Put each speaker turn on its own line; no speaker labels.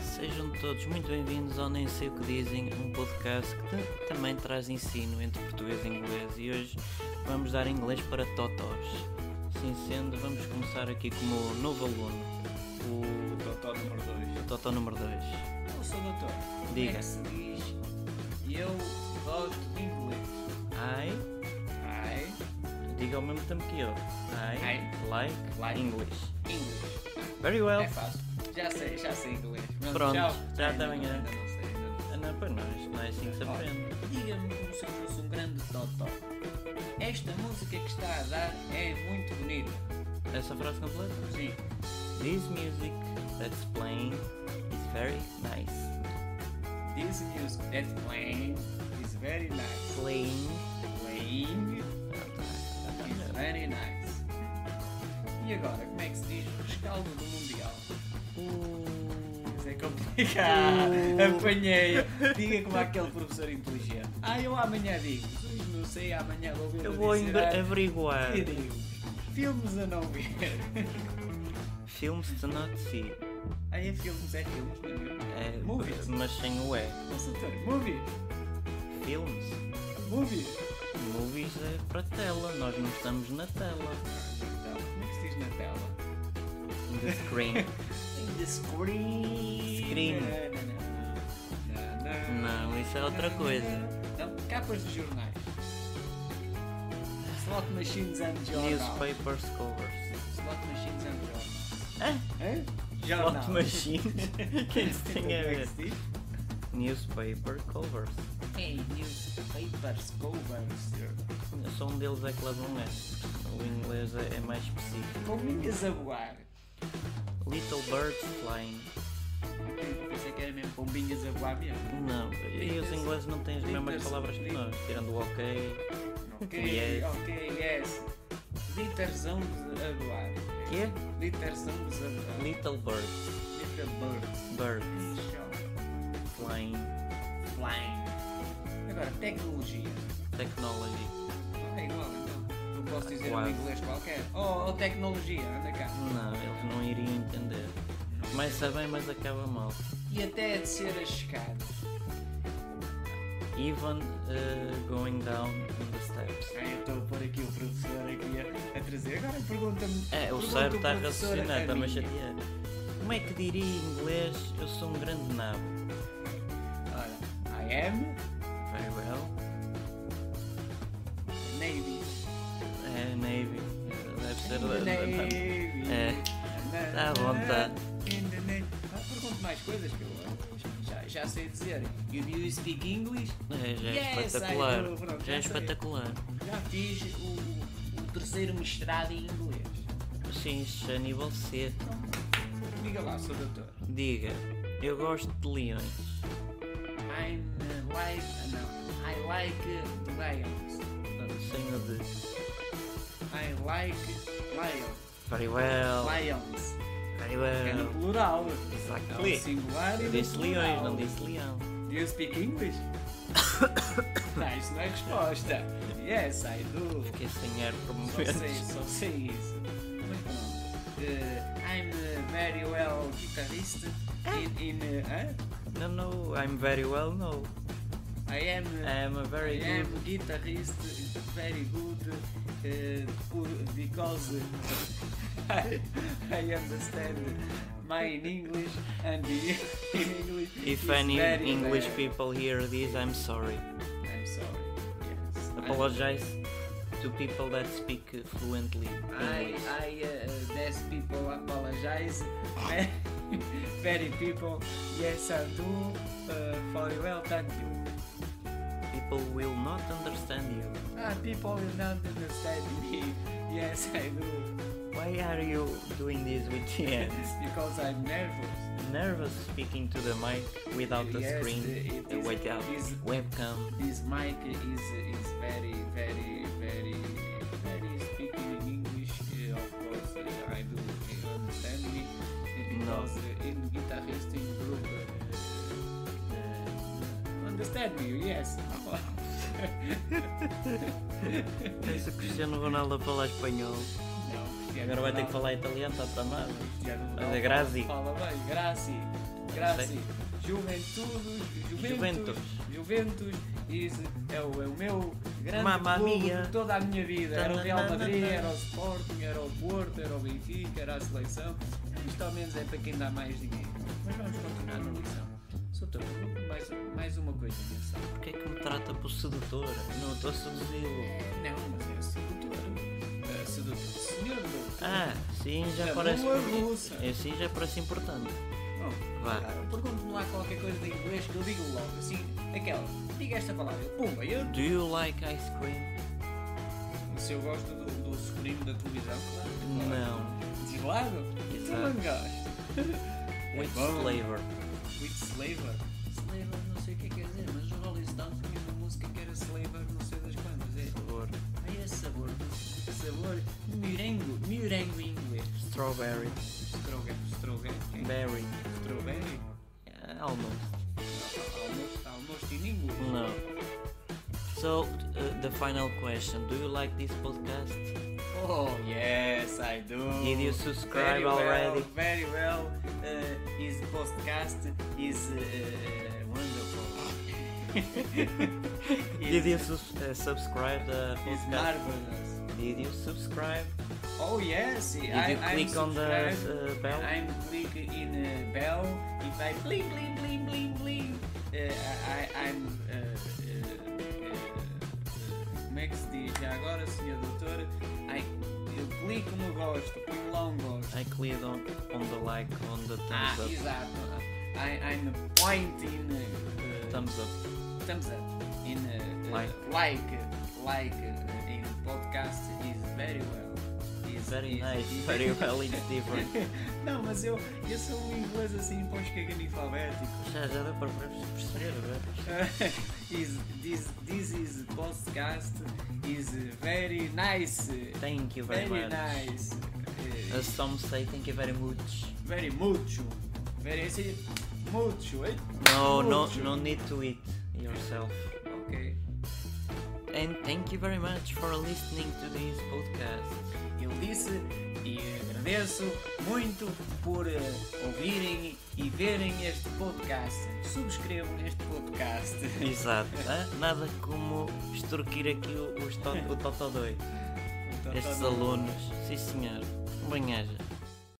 Sejam todos muito bem-vindos ao Nem Sei O Que Dizem, um podcast que ta- também traz ensino entre português e inglês e hoje vamos dar inglês para totós. Assim sendo, vamos começar aqui com o meu novo aluno, o
Doutor número 2.
totó número 2.
Eu sou doutor. Como
Diga.
é que se diz? Eu voto de inglês.
I,
Ai.
diga ao mesmo tempo que eu, I,
I
like,
like
English.
Inglês.
Very well.
É fácil. Já sei, já sei inglês. Mas
Pronto,
Já,
já
ainda
também
não,
é.
ainda não sei, ainda não sei.
Ah, não, pois não, isto não é assim que se aprende.
Olha, Diga-me como se eu fosse um grande totó. Esta música que está a dar é muito bonita.
Essa frase completa?
Sim.
This music that's playing is very nice.
This music that's playing is very nice.
Playing.
Playing
Ah, tá.
is very nice. E agora, como é que se diz rescaldo do Mundial? Isso é complicado. Apanhei. Uh. Diga como é aquele professor inteligente. Ah, eu amanhã digo. Hoje não sei, amanhã vou ver.
Eu vou
dizer,
ainda
ah,
averiguar.
e digo, Filmes a não ver.
Filmes to not see.
Aí é filmes, é filmes, não é?
É,
Movies.
mas sem o E.
Consultor, movies.
Filmes.
Movies.
Movies é para tela. Nós não estamos na tela.
Então, como é que se diz na tela?
The screen.
In the screen.
Screen.
Não, não, não.
não, isso é outra coisa.
Então, capas de jornais. Slot machines and journals.
Newspapers covers.
Slot machines and journals.
Ah,
Hã?
slot machines. Quem isso tem a ver?
Existe?
Newspaper covers.
Ei, newspapers, covers.
Só um deles é que leva um E. O inglês é é mais específico.
Pombinhas a voar.
Little birds flying.
Eu pensei que era mesmo pombinhas a voar mesmo.
Não, e os ingleses não têm as mesmas palavras que nós, tirando o ok.
Ok,
Yes.
ok, yes. Litterzão a voar.
Quê?
Litterzão a voar.
Little bird,
Little birds.
bird,
Show.
flying,
Flying. Agora, tecnologia.
technology.
É igual, então. Não posso dizer um
Quase.
inglês qualquer. Oh, oh, tecnologia, anda cá.
Não, eles não iriam entender. Começa bem, mas acaba mal.
E até é de ser a chegar.
Even uh, going down in the steps.
Ah, eu estou a pôr aqui o professor aqui a, a trazer. Agora pergunta-me.
É, o
pergunta
cérebro está a
professor
raciocinar,
a
está-me a
mim.
chatear. Como é que diria em inglês eu sou um grande nabo?
Ora, I am
Very well.
a Navy.
É, Navy. Eh, Deve ser.
In the
da-
Navy.
É.
Na-
Tá à
na-
vontade.
in the Navy. Ah, Pergunto mais coisas que eu ah, já, já sei dizer. You do you speak English?
da- É, já
Yes,
é
I
espetacular.
do, pronto,
Já é
já sei.
espetacular.
Já fiz o, o- o terceiro mestrado em inglês.
Sim, isso é nível C.
Então, diga lá, sou doutor.
Diga, eu gosto de leões.
I'm uh, like uh, no, I like uh, lions.
Senho de.
I like lions.
Very well.
Lions.
Very
É no
well.
plural.
Exactly.
É no singular e
Eu
no
disse
plural.
leões, não disse leão.
Do you speak English? não, isso não é resposta. Yes, I do.
Fiquei sem ar por
Só sei,
momentos.
só sei isso. Mas pronto. Uh, I'm uh, very well guitarist
É.
in, in uh, huh?
No, no, I'm very well, no.
I am uh,
I'm a very
I am
good.
guitarist very good uh, pu- because I, I understand mine English and the in English.
If
is
any
very
English
bad.
people hear this, I'm sorry.
I'm sorry. Yes.
Apologize to people that speak fluently
I
English.
I uh, these people apologize. very people. Yes, I do. Uh, for well, thank you.
People will not understand you.
Ah, people will not understand me. Yes, I do.
Why are you doing this with the hands?
It's because I'm nervous.
Nervous speaking to the mic without the
Yes,
screen,
it
the
is-
without
it is-
webcam.
This mic is is very very very very speaking in English. uh, Of course, uh, I do uh, understand me uh, because uh, in guitarist in group uh, uh, understand you. Yes.
Tens o Cristiano Ronaldo a falar espanhol.
Não, Cristiano
Agora vai ter
Ronaldo-
tá que falar italiano, está tramado.
Cristiano
fazer
Ronaldo
é grazi.
Fala bem, grazi. Grazi, Juventudos, Juventus, Juventus. Isso é o, é o meu grande
Mamma
clube
mia.
de toda a minha vida. Era o Real Madrid,
Tananana.
era o Sporting, era o Porto, era o Benfica, era a seleção. Isto ao menos é para quem dá mais dinheiro. Mas vamos continuar na lição. Sou teu amigo, mais, mais uma coisa a pensar.
Porquê é que me trata por sedutora? Não estou a seduzi-lo.
Não, mas é sedutor. É sedutor. Senhor do-
Ah, sim, já
Da
parece.
lua É russa.
É, sim, já parece importante.
Bom,
Vá.
cara, Pergunte-me lá qualquer coisa em inglês que eu digo logo, assim, aquela. Diga esta palavra. Pumba, eu
Do you like ice cream?
Se eu gosto do, do scream da televisão,
Não.
Deslado? Tu
Exato.
não gosto.
With
É bom.
flavor.
With Slaver. Slaver, não sei o que é que quer dizer, mas os Rolling Stones tinham uma música que era Slaver, não sei das quantas. É,
Sabor.
aí é sabor. Sabor mirengo. Mirengo em inglês.
Strawberry.
Stroga. Stroga.
Berry.
é? Strawberry.
Uh, almost.
Almost, almost in inglês.
No. So, uh, the final question. Do you like this podcast?
Oh yes, I do.
Did you subscribe
very well,
already?
Very well. Uh, his podcast is uh, wonderful.
Did you sus- uh, subscribe the
It's
podcast?
marvelous.
Did you subscribe?
Oh yes, Did
Did
I,
you
I'm
click on the
subscribed.
uh, bell?
I'm click in a bell. If I bling bling bling bling bling, uh, I, I'm. Uh, uh, uh, como é que se diz já agora, senhor doutor? I, eu clico no gosto, ponho lá um gosto.
I clicked on, on the like, on the
Ah,
thumbs up.
exato. I, I'm pointing. Uh,
Thumbs up.
thumbs up in uh,
Like.
uh, like like uh, in podcast is very well is
Very
is-
nice,
is-
very well, it's different.
não mas eu eu sou um inglês assim para os caganifalbéticos
Já, já deu para perceber, é? velho.
is this this is podcast is very nice
Thank you very,
very
much.
nice uh,
As some say, thank you very much.
very mucho very esse mucho eh?
No, no,
Mucho.
no need to eat yourself.
okay
And thank you very much for listening to this podcast.
Eu disse e agradeço muito por eh, ouvirem e verem este podcast. Subscrevam este podcast.
Exato. hã? Nada como extorquir aqui o, os to- o Toto 2.
Então,
Estes
todo mundo-
alunos. Sim, senhor. Banhaja.